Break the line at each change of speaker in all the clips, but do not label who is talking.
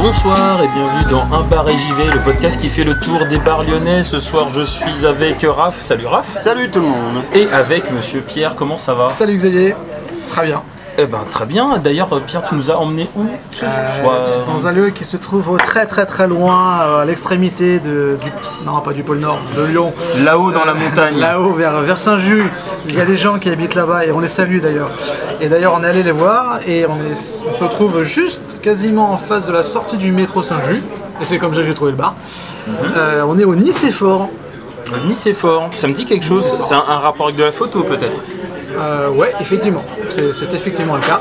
Bonsoir et bienvenue dans Un bar et j'y vais, le podcast qui fait le tour des bars lyonnais. Ce soir, je suis avec Raph. Salut Raph.
Salut tout le monde
Et avec Monsieur Pierre, comment ça va
Salut Xavier, très bien.
Eh ben très bien. D'ailleurs, euh, Pierre, tu nous as emmené où ce
Euh,
soir
Dans un lieu qui se trouve au très très très loin, euh, à l'extrémité de, du, non pas du pôle Nord, de Lyon, Euh,
Là-haut dans la montagne.
là-haut vers, vers Saint-Just. Il y a des gens qui habitent là-bas et on les salue d'ailleurs. Et d'ailleurs, on est allé les voir et on, est- on se trouve juste quasiment en face de la sortie du métro Saint-Just. Et c'est comme ça que j'ai trouvé le bar.
Mhm.
Euh, on est au Nicéphore.
Nice c'est fort. Ça me dit quelque chose. C'est un, un rapport avec de la photo peut-être.
Euh, ouais, effectivement, c'est c'est effectivement le cas.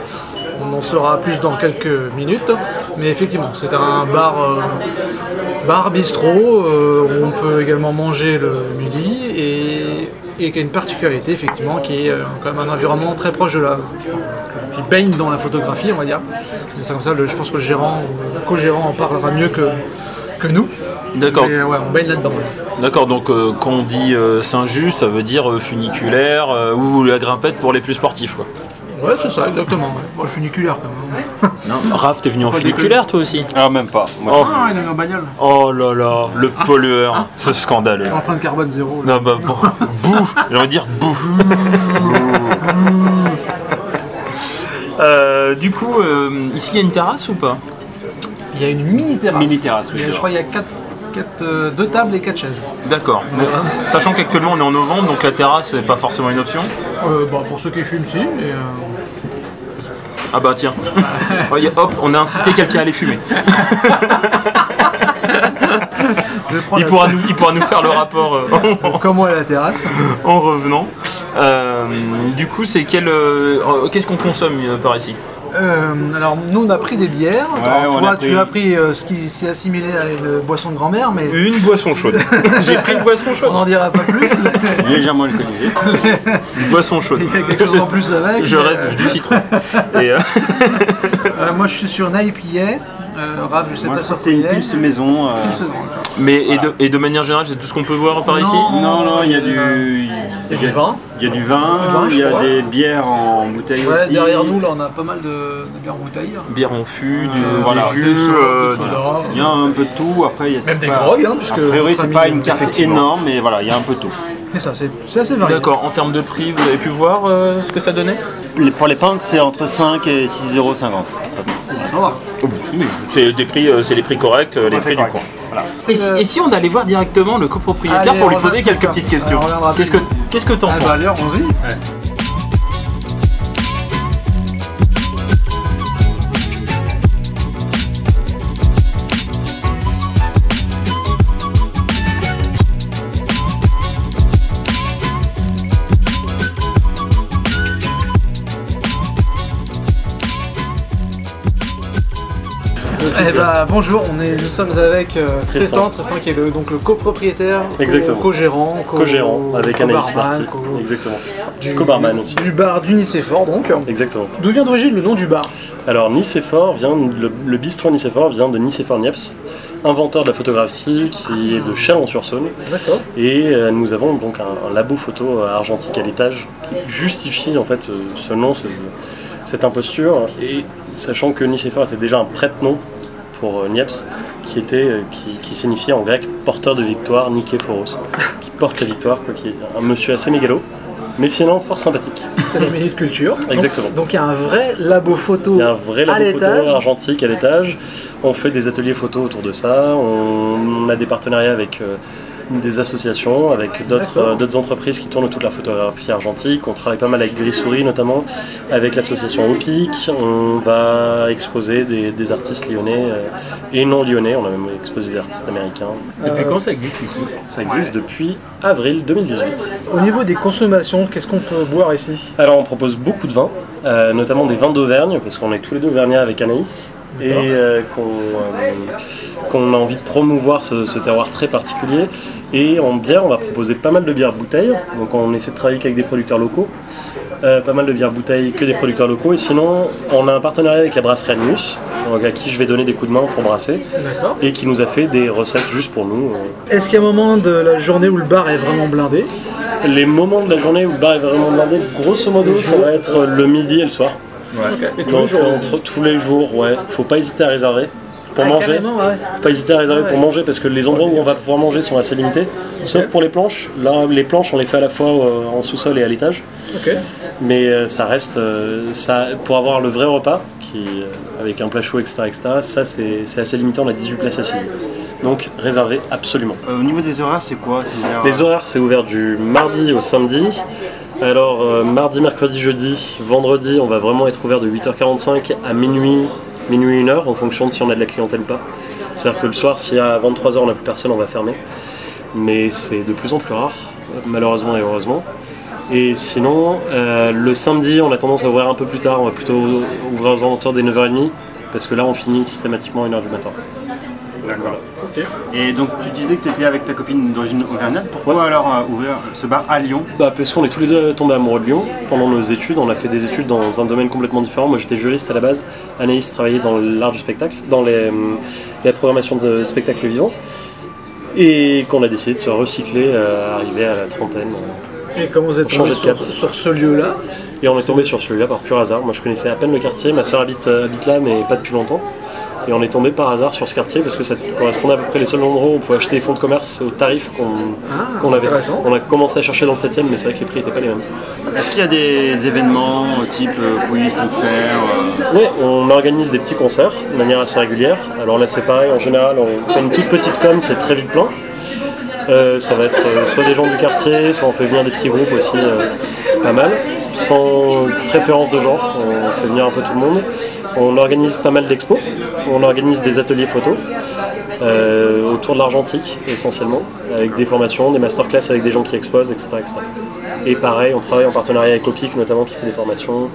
On en saura plus dans quelques minutes, mais effectivement, c'est un bar, euh, bar bistrot euh, où on peut également manger le midi et, et qui a une particularité effectivement qui est euh, quand même un environnement très proche de la, qui baigne dans la photographie, on va dire. C'est comme ça. le- je pense que le gérant, ou le co-gérant en parlera mieux que que nous.
D'accord.
Mais, ouais, on baigne là-dedans. ouais.
D'accord. Donc euh, quand on dit euh, Saint-Just, ça veut dire euh, funiculaire euh, ou la grimpette pour les plus sportifs. Quoi.
Ouais, c'est ça, exactement. ouais. Bon, le funiculaire quand même.
Raph, t'es venu en funiculaire toi aussi
Ah même pas. Moi,
Oh,
Ah, il est en bagnole,
oh là là, le pollueur, ce scandaleux.
empreinte carbone zéro. là.
Non bah bon, bouh, j'ai envie de dire bouh. Euh, du coup, euh, ici il y a une terrasse ou pas
Il y a une mini terrasse.
Mini terrasse, oui.
Il y a- je crois qu'il y a quatre, quatre, euh, deux tables et quatre chaises.
D'accord. Bon, Sachant qu'actuellement on est en novembre, donc la terrasse n'est pas forcément une option.
Euh, bah, pour ceux qui fument, si. mais, euh,
Ah bah tiens, Voyez, hop, on a incité quelqu'un à aller fumer.
je vais prendre
Il
la-
pourra nous, il pourra nous faire le rapport euh,
Comme moi à la terrasse.
en, en revenant. Euh, du coup, c'est quel, euh, euh, qu'est-ce qu'on consomme euh, par ici
Euh, alors, nous, on a pris des bières. Alors,
on
toi,
a pris-
tu as pris euh, ce qui s'est assimilé à une boisson de grand-mère, mais
Une boisson chaude. J'ai pris une boisson
on
chaude.
n'en dira pas plus. Il
légèrement alcoolisé.
Une boisson chaude.
y a quelque chose en plus avec.
Je
mais,
reste du citron. Et, euh,
euh, moi, je suis sur un IPA. Euh, Raph, je sais
Moi
pas
je
sur
crois que c'est
qui il
une
est.
pulse maison. euh,
Qu'est-ce que c'est
Mais et, de, et de manière générale, c'est tout ce qu'on peut voir par ici
Non non, il y a du
Il y a du vin.
Il y a du
Du vin,
vin,
je
il y a
crois.
des bières en bouteille
Ouais,
aussi.
derrière nous, là, on a pas mal de, de bières en bouteille.
Bière en fût, du,
Euh, voilà.
des jus,
Des sodas,
euh,
des sodas.
Il y a un peu de tout, après il y a
Même
c'est
des
pas-
grogues, hein, puisque
A priori
notre
c'est
ami,
pas une carte
effectivement.
énorme, mais voilà, il y a un peu de tout.
Mais ça, c'est c'est assez varié.
D'accord, en termes de prix, vous avez pu voir euh, ce que ça donnait
Les- Pour les pintes c'est entre 5 et 6,50 euros.
Ça va.
C'est des prix, euh, c'est les prix corrects, euh, les prix du coin.
Voilà.
Et, si- et si on allait voir directement le copropriétaire
Allez,
pour lui
on regarde
poser
tout
quelques
ça.
petites questions
On reviendra
Qu'est-ce que
dessus.
qu'est-ce que t'en
Ah
penses
bah alors, on y Eh bah, bonjour, on est, nous sommes avec euh, Tristan. Tristan, qui est le, donc le copropriétaire, co-
Exactement.
co-gérant, co-
Co-gérant avec Anaïs
co-barman,
Marty.
co-
Exactement. Co-barman aussi.
Du bar d'Unicéphore donc.
Exactement.
D'où vient d'origine le nom du bar
Alors Nicéphore vient de- le, le bistrot Nicéphore vient de Nicéphore Niepce, inventeur de la photographie qui est de Chalon-sur-Saône
D'accord.
et euh, nous avons donc un, un labo photo euh, argentique à l'étage qui justifie en fait euh, ce nom, ce- cette imposture et sachant que Nicéphore était déjà un prête-nom pour euh, Niepce qui était euh, qui, qui signifiait en grec porteur de victoire, Niképhoros, qui porte la victoire quoi, qui est un monsieur assez mégalo mais finalement fort sympathique.
C'est la minute culture. Donc-
Exactement.
Donc il y a un vrai labo photo
Il y a un vrai
à
labo
l'étage.
photo argentique à l'étage. On fait des ateliers photo autour de ça. On a des partenariats avec euh, des associations, avec d'autres
D'accord.
euh, d'autres entreprises qui tournent autour de la photographie argentique. On travaille pas mal avec Gris Souris notamment, avec l'association OPIC. On va exposer des, des artistes lyonnais euh, et non lyonnais. On a même exposé des artistes américains.
Depuis quand ça existe ici
Ça existe depuis avril 2018.
Au niveau des consommations, qu'est-ce qu'on peut boire ici
Alors on propose beaucoup de vins, euh, notamment des vins d'Auvergne, parce qu'on est tous les deux auvergnats avec Anaïs. et euh, qu'on euh, qu'on a envie de promouvoir ce, ce terroir très particulier. Et en bière, on va proposer pas mal de bières bouteilles. Donc on essaie de travailler qu'avec des producteurs locaux. Euh, pas mal de bières bouteilles que des producteurs locaux. Et sinon, on a un partenariat avec la brasserie Anus, donc à qui je vais donner des coups de main pour brasser,
D'accord.
et qui nous a fait des recettes juste pour nous. euh,
Est-ce qu'il y a un moment de la journée où le bar est vraiment blindé
Les moments de la journée où le bar est vraiment blindé, grosso modo, ça va être le midi et le soir.
Et tous les
Donc
jours
entre tous les jours, ouais, faut pas hésiter à réserver pour
Ah,
manger.
carrément, ouais.
Faut pas hésiter à réserver
Ah ouais.
pour manger parce que les endroits où on va pouvoir manger sont assez limités, sauf pour les planches. Là, les planches, on les fait à la fois euh, en sous-sol et à l'étage,
Ok.
mais euh, ça reste euh, ça pour avoir le vrai repas qui euh, avec un plat chaud, etc., etc. Ça, c'est c'est assez limitant. On a 18 places assises, donc réservez absolument.
Euh, au niveau des horaires, c'est quoi c'est ouvert,
Les
euh,
horaires, c'est ouvert du mardi au samedi. Alors, euh, mardi, mercredi, jeudi, vendredi, on va vraiment être ouvert de 8h45 à minuit, minuit 1h, en fonction de si on a de la clientèle ou pas. C'est-à-dire que le soir, si à 23h on n'a plus personne, on va fermer. Mais c'est de plus en plus rare, malheureusement et heureusement. Et sinon, euh, le samedi, on a tendance à ouvrir un peu plus tard, on va plutôt ouvrir aux alentours des 9h30, parce que là, on finit systématiquement à 1h du matin.
D'accord. Et donc, tu disais que tu étais avec ta copine d'origine auvergnate. Pourquoi alors euh, ouvrir ce bar à Lyon
Bah, parce qu'on est tous les deux tombés amoureux de Lyon pendant nos études. On a fait des études dans un domaine complètement différent. Moi j'étais juriste à la base. Anaïs travaillait dans l'art du spectacle, dans les, hum, la programmation de spectacle vivant. Et qu'on a décidé de se recycler, euh, arrivé à la trentaine.
Et comment vous êtes
Changer
tombé
de cap.
sur, sur ce lieu-là
Et on est tombé sur celui-là par pur hasard. Moi je connaissais à peine le quartier. Ma soeur habite, euh, habite là, mais pas depuis longtemps. Et on est tombé par hasard sur ce quartier parce que ça correspondait à peu près les seuls endroits où on pouvait acheter des fonds de commerce au tarif qu'on
Ah,
qu'on avait.
intéressant.
On a commencé à chercher dans le 7 mais c'est vrai que les prix n'étaient pas les mêmes.
Est-ce qu'il y a des événements euh, type euh, quiz, concert euh,
Oui, on organise des petits concerts de manière assez régulière. Alors là, c'est pareil, en général, on fait une toute petite com, c'est très vite plein. Euh, ça va être euh, soit des gens du quartier, soit on fait venir des petits groupes aussi, euh, pas mal, sans préférence de genre, on fait venir un peu tout le monde. On organise pas mal d'expos, on organise des ateliers photos euh, autour de l'argentique essentiellement, avec des formations, des masterclass avec des gens qui exposent, etc. etc. Et pareil, on travaille en partenariat avec Opic notamment qui fait des formations.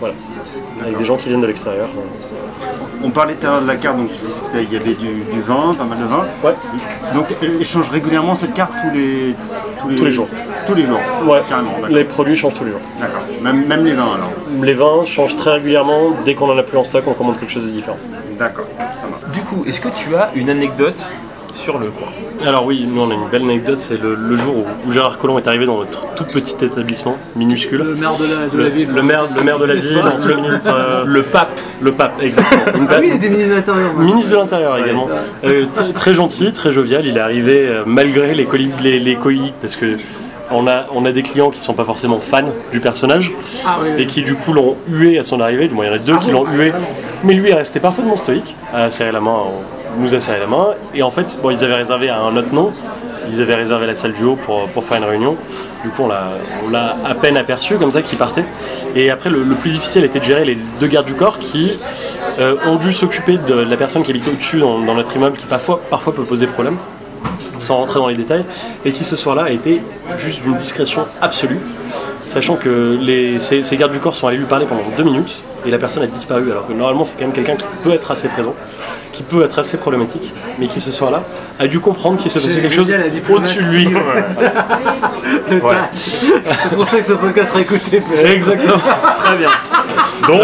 Voilà. Avec des gens qui viennent de l'extérieur.
On parlait tout à l'heure de la carte, donc tu disais qu'il y avait du, du vin, pas mal de vin.
Ouais.
Donc, elle change régulièrement cette carte tous les,
Tous les jours.
Tous les jours
Ouais.
Carrément, d'accord.
les produits changent tous les jours.
D'accord. Même, même les vins alors
Les vins changent très régulièrement. Dès qu'on en a plus en stock, on commande quelque chose de différent.
D'accord, ça marche.
Du coup, est-ce que tu as une anecdote sur le coin
Alors oui, nous on a une belle anecdote. C'est le, le jour où, où Gérard Collomb est arrivé dans notre tout petit établissement minuscule.
Le maire de la, de
Le,
la ville.
le maire, le maire de la
N'est-ce
ville,
pas
le ministre, euh, le,
Le pape.
le pape, exactement. Une
Ah
pape-
oui, il était ministre de l'Intérieur. maintenant.
Ministre de l'Intérieur également. Euh, t- très gentil, très jovial. Il est arrivé euh, malgré les coliques, les, les coïques, parce que on a, on a des clients qui sont pas forcément fans du personnage
Ah oui, Ah oui.
et qui du coup l'ont hué à son arrivée. Du moins, il y en a deux qui l'ont hué. Mais lui est resté parfaitement stoïque, a serré la main, on nous a serré la main. Et en fait, bon, ils avaient réservé à un autre nom. Ils avaient réservé la salle du haut pour, pour faire une réunion. Du coup, on l'a on l'a à peine aperçu comme ça qu'il partait. Et après, le, le plus difficile était de gérer les deux gardes du corps qui euh, ont dû s'occuper de la personne qui habite au-dessus dans, dans notre immeuble, qui parfois, parfois peut poser problème, sans rentrer dans les détails, et qui ce soir-là a été juste d'une discrétion absolue, sachant que les, ces, ces gardes du corps sont allés lui parler pendant deux minutes, et la personne a disparu, alors que normalement c'est quand même quelqu'un qui peut être assez présent, qui peut être assez problématique, mais qui ce soir-là a dû comprendre qu'il se passait
J'ai
quelque chose
bien la diplomatie.
au-dessus de lui.
Le tas. C'est pour ça que ce podcast sera écouté.
Exactement. Très bien. Donc,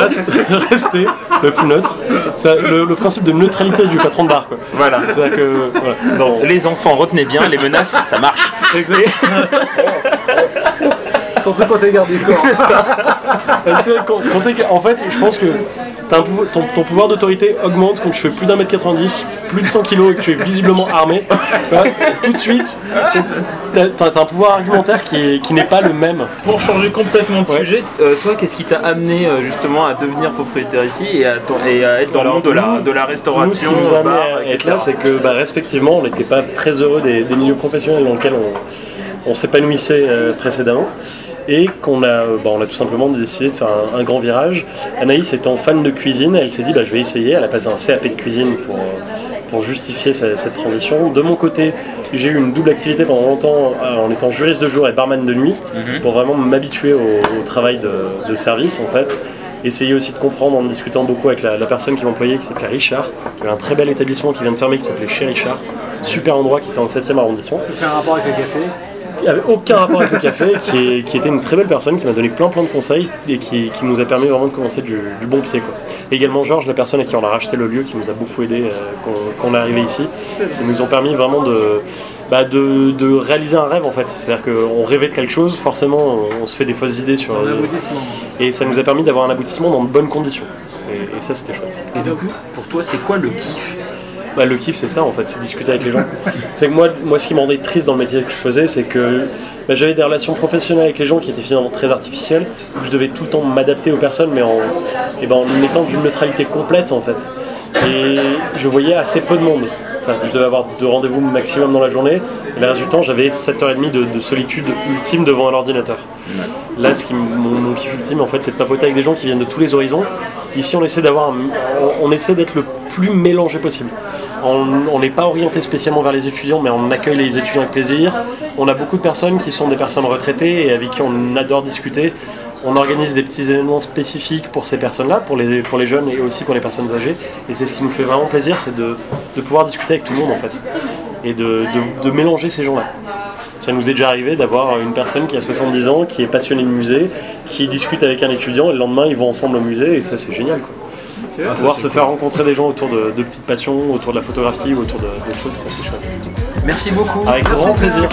rester le plus neutre. Ça, le, le principe de neutralité du patron de bar, quoi.
Voilà.
C'est-à-dire que, voilà. Non.
Les enfants, retenez bien, les menaces, ça marche.
Surtout quand t'es garde du corps.
Euh, c'est vrai, quand- quand t'es- en fait, je pense que t'as un pouvo- ton, ton pouvoir d'autorité augmente quand tu fais plus d'un mètre 90, plus de 100 kilos et que tu es visiblement armé. Voilà. tout de suite, t'as t'as un pouvoir argumentaire qui est- qui n'est pas le même.
Pour changer complètement de
Ouais.
sujet, euh, toi, qu'est-ce qui t'a amené euh, justement à devenir propriétaire ici et à, ton- et à être dans
Alors,
le monde de la,
nous-
de la restauration,
Nous, ce qui nous a amené
bar,
à être
etc.
là, c'est que bah, respectivement, on n'était pas très heureux des, des milieux professionnels dans lesquels on, on s'épanouissait euh, précédemment. Et qu'on a, euh, bah, on a tout simplement décidé de faire un, un grand virage. Anaïs étant fan de cuisine, elle s'est dit bah, je vais essayer. Elle a passé un CAP de cuisine pour, euh, pour justifier sa- cette transition. De mon côté, j'ai eu une double activité pendant longtemps euh, en étant
Mhm.
juriste de jour et barman de nuit pour vraiment m'habituer au, au travail de, de service en fait Essayez aussi de comprendre en discutant beaucoup avec la, la personne qui m'employait, qui s'appelait Richard, qui avait un très bel établissement qui vient de fermer, qui s'appelait Chez Richard. Super endroit qui était en 7e arrondissement.
Aucun rapport avec le café.
Il avait aucun rapport avec le café, qui, est- qui était une très belle personne, qui m'a donné plein plein de conseils et qui, qui nous a permis vraiment de commencer du, du bon pied. Quoi. Et également Georges, la personne à qui on a racheté le lieu, qui nous a beaucoup aidé euh, quand, quand on est arrivé ici. Ils nous ont permis vraiment de, bah, de, de réaliser un rêve en fait. C'est-à-dire qu'on rêvait de quelque chose, forcément on, on se fait des fausses idées sur.
Un aboutissement.
et ça nous a permis d'avoir un aboutissement dans de bonnes conditions. C'est- Et ça c'était chouette.
Et donc, pour toi, c'est quoi le kiff
Bah, le kiff, c'est ça en fait, c'est discuter avec les gens. c'est que moi, moi, ce qui me rendait triste dans le métier que je faisais, c'est que bah, j'avais des relations professionnelles avec les gens qui étaient finalement très artificielles, où je devais tout le temps m'adapter aux personnes, mais en, eh ben, en étant d'une neutralité complète en fait. Et je voyais assez peu de monde. C'est-à-dire que je devais avoir deux rendez-vous maximum dans la journée, et le reste du temps, j'avais 7h30 de, de solitude ultime devant un ordinateur. Là, ce qui m- mon, mon kiff ultime, en fait, c'est de papoter avec des gens qui viennent de tous les horizons. Ici, on essaie d'avoir, un- on, on essaie d'être le plus mélangé possible. On on n'est pas orienté spécialement vers les étudiants, mais on accueille les étudiants avec plaisir. On a beaucoup de personnes qui sont des personnes retraitées et avec qui on adore discuter. On organise des petits événements spécifiques pour ces personnes-là, pour les, pour les jeunes et aussi pour les personnes âgées. Et c'est ce qui nous fait vraiment plaisir, c'est de, de pouvoir discuter avec tout le monde en fait. Et de- de- de mélanger ces gens-là. Ça nous est déjà arrivé d'avoir une personne qui a 70 ans, qui est passionnée de musée, qui discute avec un étudiant et le lendemain ils vont ensemble au musée et ça c'est génial quoi. Ah, Pouvoir se faire rencontrer des gens autour de, de petites passions, autour de la photographie ou autour de- d'autres choses, ça c'est chouette.
Merci beaucoup.
Avec grand plaisir.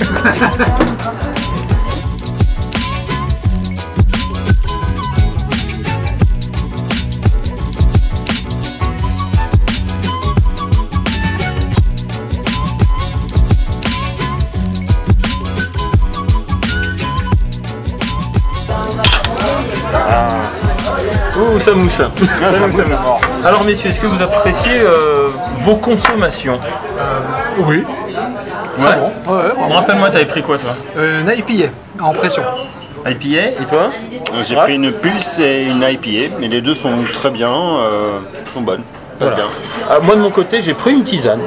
Ouh, ça mousse.
Ah, ça bouge.
Alors messieurs, est-ce que vous appréciez euh, vos consommations
Oui.
Ouais.
Ouais, ouais,
Bon,
vraiment.
Rappelle-moi, t'avais pris quoi toi
Euh, un IPA, en pression.
IPA et toi
Euh, J'ai pris une pulse et une IPA, mais les deux sont très bien, euh, sont bonnes. Pas
Voilà. Ah, Moi de mon côté, j'ai pris une tisane.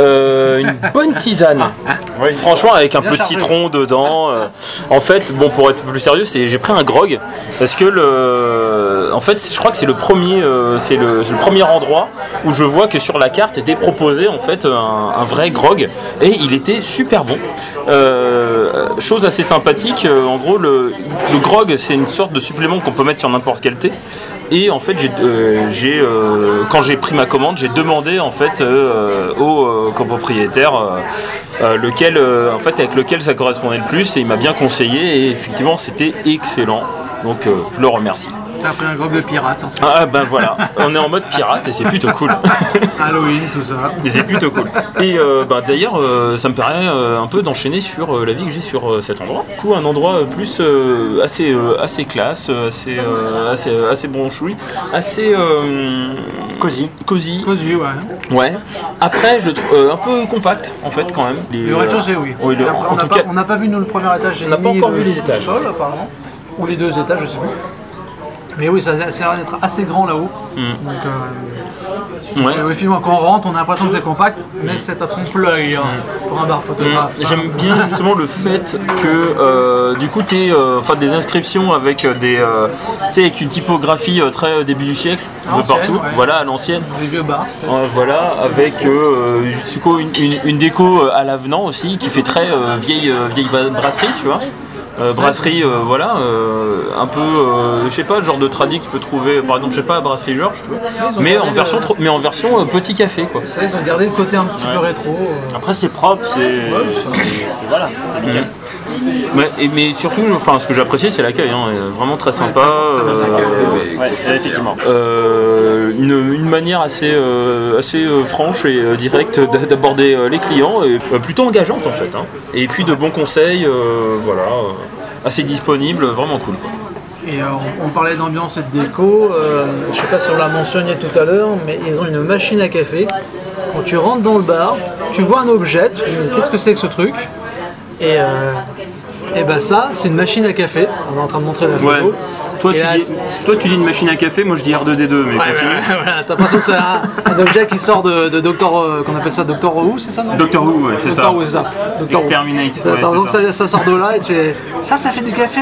Euh, une bonne tisane.
bien. Oui,
Franchement, avec un peu de
chargé.
citron dedans. euh, en fait, bon, pour être plus sérieux, c'est j'ai pris un grog parce que le, en fait, je crois que c'est le premier, euh, c'est le, c'est le premier endroit où je vois que sur la carte était proposé en fait un, un vrai grog et il était super bon. Euh, chose assez sympathique. euh, en gros, le, le grog, c'est une sorte de supplément qu'on peut mettre sur n'importe quel thé. Et en fait, j'ai, euh, j'ai, euh, quand j'ai pris ma commande, j'ai demandé en fait euh, au euh, copropriétaire euh, euh, lequel, euh, en fait, avec lequel ça correspondait le plus, et il m'a bien conseillé. Et effectivement, c'était excellent. Donc, euh, je le remercie.
T'as pris un groupe de pirates. en fait.
Ah ben voilà, on est en mode pirate et c'est plutôt cool.
Halloween, tout ça.
Mais c'est plutôt cool. Et euh, bah, d'ailleurs, euh, ça me permet euh, un peu d'enchaîner sur euh, la vie que j'ai sur euh, cet endroit. Du coup, un endroit euh, plus euh, assez, euh, assez classe, euh, assez, euh, assez, assez branchoui, assez euh,
cosy.
cosy.
Cosy, ouais.
Ouais. Après, je le trouve euh, un peu compact en fait quand même. Les,
Le
euh,
rez-de-chaussée, oui.
oui, le-
Après,
en
on n'a
tout
pas,
cas.
on n'a pas vu nous le premier étage. On
n'a pas encore vu les étages.
Sol, apparemment. Ou les deux étages, je sais pas. Mais oui, ça, ça a l'air d'être assez grand là-haut. Donc, euh,
Mm. ouais.
euh, effectivement, quand on rentre, on a l'impression que c'est compact, mais c'est à trompe-l'œil hein, pour un bar photographe.
Mm. J'aime bien justement le fait que euh, du coup t'es euh, enfin des inscriptions avec euh, des euh, tu sais, avec une typographie euh, très euh, début du siècle
À
un peu partout
l'ancienne, ouais.
voilà à l'ancienne
Les vieux bars.
Euh, voilà avec euh, du coup, une, une- une déco euh, à l'avenant aussi qui fait très euh, vieille euh, vieille ba- brasserie tu vois Euh, brasserie euh, voilà euh, un peu euh, je sais pas le genre de tradit que tu peux trouver par exemple je sais pas à brasserie Georges tu vois mais en version tro- mais en version euh, petit café quoi
Ça, ils ont gardé le côté un petit peu rétro. euh.
Après, c'est propre, c'est. c'est- Voilà, c'est nickel.
Ouais, et- mais surtout, enfin, ce que j'appréciais, c'est l'accueil. hein, euh, vraiment très sympa. euh,
Ouais, effectivement.
euh, une, une manière assez, euh, assez euh, franche et euh, directe d'a- d'aborder euh, les clients. Et, euh, plutôt engageante, en fait. hein. Et puis de bons conseils. euh, voilà. euh, assez disponible. Vraiment cool. quoi.
Et euh, on, on parlait d'ambiance et de déco. euh, je sais pas si on l'a mentionné tout à l'heure, mais ils ont une machine à café. Quand tu rentres dans le bar, tu vois un objet, tu te dis qu'est-ce que c'est que ce truc Et, euh, et ben ça, c'est une machine à café. On est en train de montrer la photo.
Ouais. Toi
Et
tu,
là,
dis,
t-
toi, tu dis une machine à café. Moi, je dis R2D2. Mais
Ouais, Ah, ouais,
continue.
ouais, voilà, t'as l'impression que c'est un, un objet qui sort de, de Doctor, euh, qu'on appelle ça Doctor Who, c'est ça non
Doctor Who, ouais, c'est ça.
Doctor Who, c'est ça. Doctor Who.
Exterminate,
T'as
ouais,
l'impression
c'est
que ça, ça sort de là et tu fais ça, ça fait du café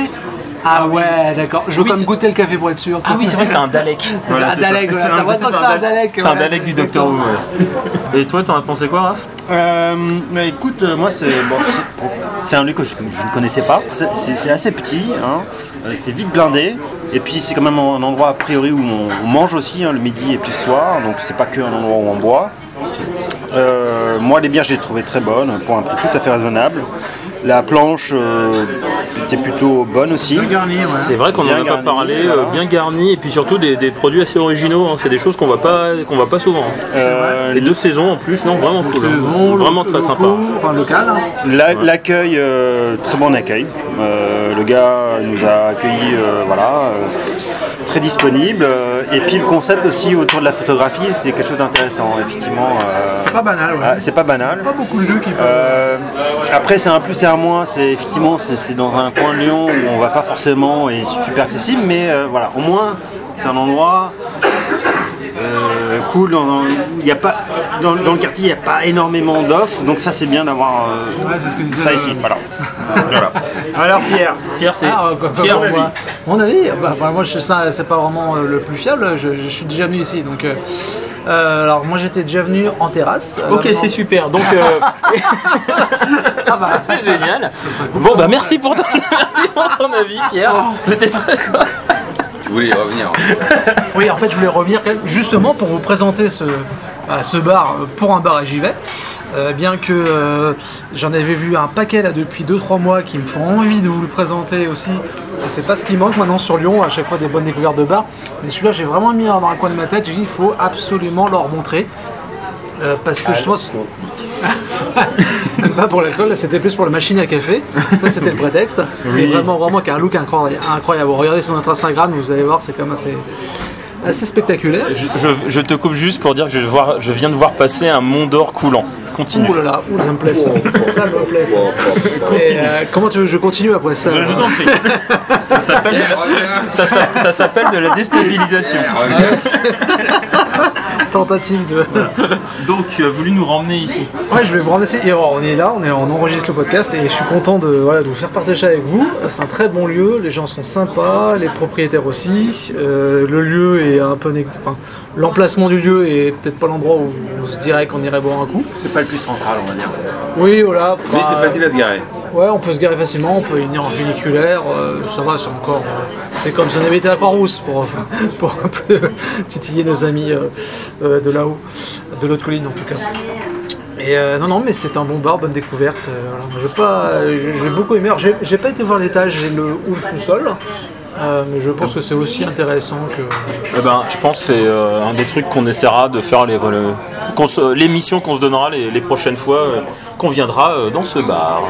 Ah ouais, d'accord. Je veux
Oui,
quand même
c'est-
goûter le café pour être sûr.
Ah oui, c'est vrai que c'est un Dalek. Voilà,
Voilà, un
c'est
Dalek,
ça.
voilà.
C'est
T'as l'impression que c'est un Dalek.
C'est un
voilà,
Dalek du Docteur Who. ouais. Et toi, t'en as pensé quoi, Raph
Euh, mais écoute, euh, moi c'est bon, c'est- c'est un lieu que je, je ne connaissais pas. C'est- C'est c'est assez petit, hein. Euh, c'est vite blindé. Et puis c'est quand même un endroit a priori où on, on mange aussi hein, le midi et puis le soir. Donc c'est pas que un endroit où on boit. Euh, moi les bières j'ai trouvé très bonnes pour un prix tout à fait raisonnable. La planche euh, était plutôt bonne aussi.
C'est vrai qu'on en
Bien
a pas
garni,
parlé,
voilà.
euh, bien garni, et puis surtout des, des produits assez originaux. hein. C'est des choses qu'on voit pas, qu'on voit pas souvent. hein.
Euh,
Les deux saisons en plus, non, vraiment cool. hein.
Saison,
Vraiment
lo-
très sympa.
locaux, Enfin, local. hein.
La- L'accueil, euh, très bon accueil. Euh, le gars nous a accueillis, euh, voilà, euh, très disponible. Euh, et puis le concept aussi autour de la photographie, c'est quelque chose d'intéressant, effectivement. euh,
C'est pas banal, ouais.
ah, c'est pas banal.
Pas beaucoup de jeux qui peuvent.
Euh, après, c'est un plus et un moins. C'est effectivement, c'est c'est dans un coin de Lyon où on va pas forcément et c'est super accessible, mais euh, voilà, au moins c'est un endroit euh, cool. dans- Il y a pas dans, dans le quartier, il n'y a pas énormément d'offres, donc ça c'est bien d'avoir euh,
Ouais, c'est ce que disait
ça
le-
ici. Voilà. Voilà. Alors Pierre,
Pierre, c'est
Ah, quoi, quoi,
Pierre,
quoi,
mon
moi.
avis.
Mon avis, bah, bah, moi je ça c'est pas vraiment euh, le plus fiable. Je, je suis déjà venu ici, donc euh, euh, alors moi j'étais déjà venu en terrasse. euh,
Ok,
vraiment-
c'est super. Donc, euh,
Ah, bah,
c'est génial. Bon, bah merci pour ton, merci pour ton avis, Pierre.
Oh.
C'était très sympa.
Je voulais y revenir.
Oui, en fait, je voulais revenir quand même justement pour vous présenter ce, bah, ce bar euh, pour un bar et j'y vais. Euh, bien que euh, j'en avais vu un paquet là depuis 2-3 mois qui me font envie de vous le présenter aussi. C'est pas ce qui manque maintenant sur Lyon, à chaque fois des bonnes découvertes de bars. Mais celui-là, j'ai vraiment mis dans un coin de ma tête, j'ai dit il faut absolument leur montrer. Euh, parce que je pense. Même pas pour l'alcool, là, c'était plus pour la machine à café. Ça, c'était le prétexte. Mais vraiment, vraiment, qui a un look incroyable. incroyable. Regardez sur notre Instagram, vous allez voir, c'est comme assez, assez spectaculaire.
Je, je- je te coupe juste pour dire que je, vais voir- je viens de voir passer un Mont d'Or coulant. Continue.
Ouh là là, ouh, ça me plaît ça. Ça me plaît ça. Et, euh, comment tu veux que je continue après ça
Je t'en prie. Ça s'appelle de la- ça s'a- ça s'appelle de la déstabilisation.
Tentative de.
Donc, tu as
euh,
voulu nous remmener ici.
Ouais, je vais vous rendre ici. Et alors, on est là, on, est, on enregistre le podcast et je suis content de, voilà, de vous faire partager avec vous. C'est un très bon lieu, les gens sont sympas, les propriétaires aussi. Euh, le lieu est un peu. nég- Enfin, l'emplacement du lieu est peut-être pas l'endroit où on se dirait qu'on irait boire un coup.
c'est pas le plus central, on va dire.
Oui, voilà.
Mais
bah,
c'est facile à se garer.
Ouais, on peut se garer facilement, on peut y venir en funiculaire, euh, ça va, c'est encore. euh, c'est comme si on avait été à Croix-Rousse pour, euh, pour un peu titiller nos amis euh, euh, de là-haut, de l'autre colline en tout cas. Et euh, non, non, mais c'est un bon bar, bonne découverte. euh, voilà. Moi, j'ai pas, euh, j'ai j'ai beaucoup aimé. Alors, J'ai j'ai pas été voir l'étage, j'ai le ou le sous-sol, euh, mais je pense que c'est aussi intéressant que.
Eh ben, je pense que c'est euh, un des trucs qu'on essaiera de faire les le- qu'on se- l'émission qu'on se donnera les, les prochaines fois euh, qu'on viendra euh, dans ce bar.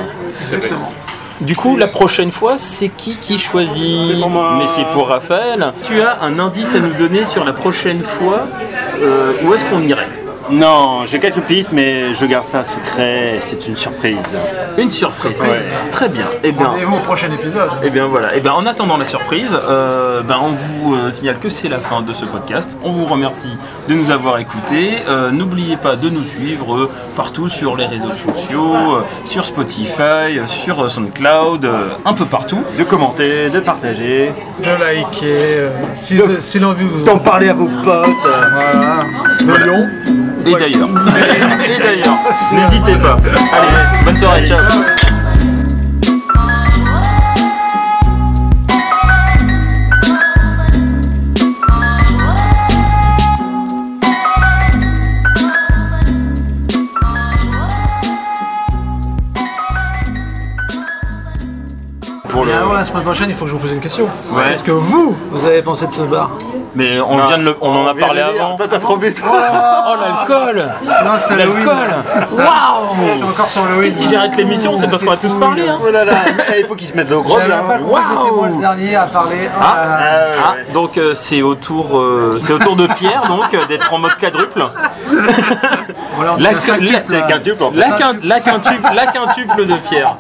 Du coup, la prochaine fois, c'est qui qui choisit
pour moi.
Mais c'est pour Raphaël. Tu as un indice à nous donner sur la prochaine fois euh, où est-ce qu'on irait
Non, j'ai quelques pistes, mais je garde ça secret. C'est une surprise.
Une surprise.
Ouais.
Très bien. Eh
Ah.
bien,
Rendez-vous au prochain épisode.
Et Eh bien voilà, et bien en attendant la surprise, euh, ben, on vous euh, signale que c'est la fin de ce podcast. On vous remercie de nous avoir écoutés. Euh, N'oubliez pas de nous suivre euh, partout sur les réseaux sociaux, euh, sur Spotify, euh, sur euh, SoundCloud, euh, un peu partout.
De commenter, de partager,
De liker, euh, si, si l'envie vous
d'en parler à vos potes.
Voilà. De Lyon.
Et d'ailleurs, et d'ailleurs, n'hésitez pas. Allez, bonne soirée, ciao.
Pour
Et
le...
avant la semaine prochaine, il faut que je vous pose une question.
Ouais.
Qu'est-ce que vous, vous avez pensé de ce bar
Mais on vient de le- Ah. on
Ah,
en a parlé avant.
Toi, t'as trop vite.
Oh l'alcool,
Non, c'est
l'alcool.
Je
Waouh.
suis encore sur le
Si, si j'arrête l'émission, c'est parce qu'on a tous parlé. hein.
Oh là là, mais il faut qu'ils se mettent au gros
J'avais
là. hein.
pas compris que j'étais moi
Waouh.
le dernier à parler. Euh,
Euh,
Ah, donc euh, c'est au tour, euh, c'est au tour de Pierre donc euh, d'être en mode quadruple.
voilà, on est
La,
à cinq
la-
quêtes, là.
quintuple en
la quin- la quintuple, la quintuple de Pierre.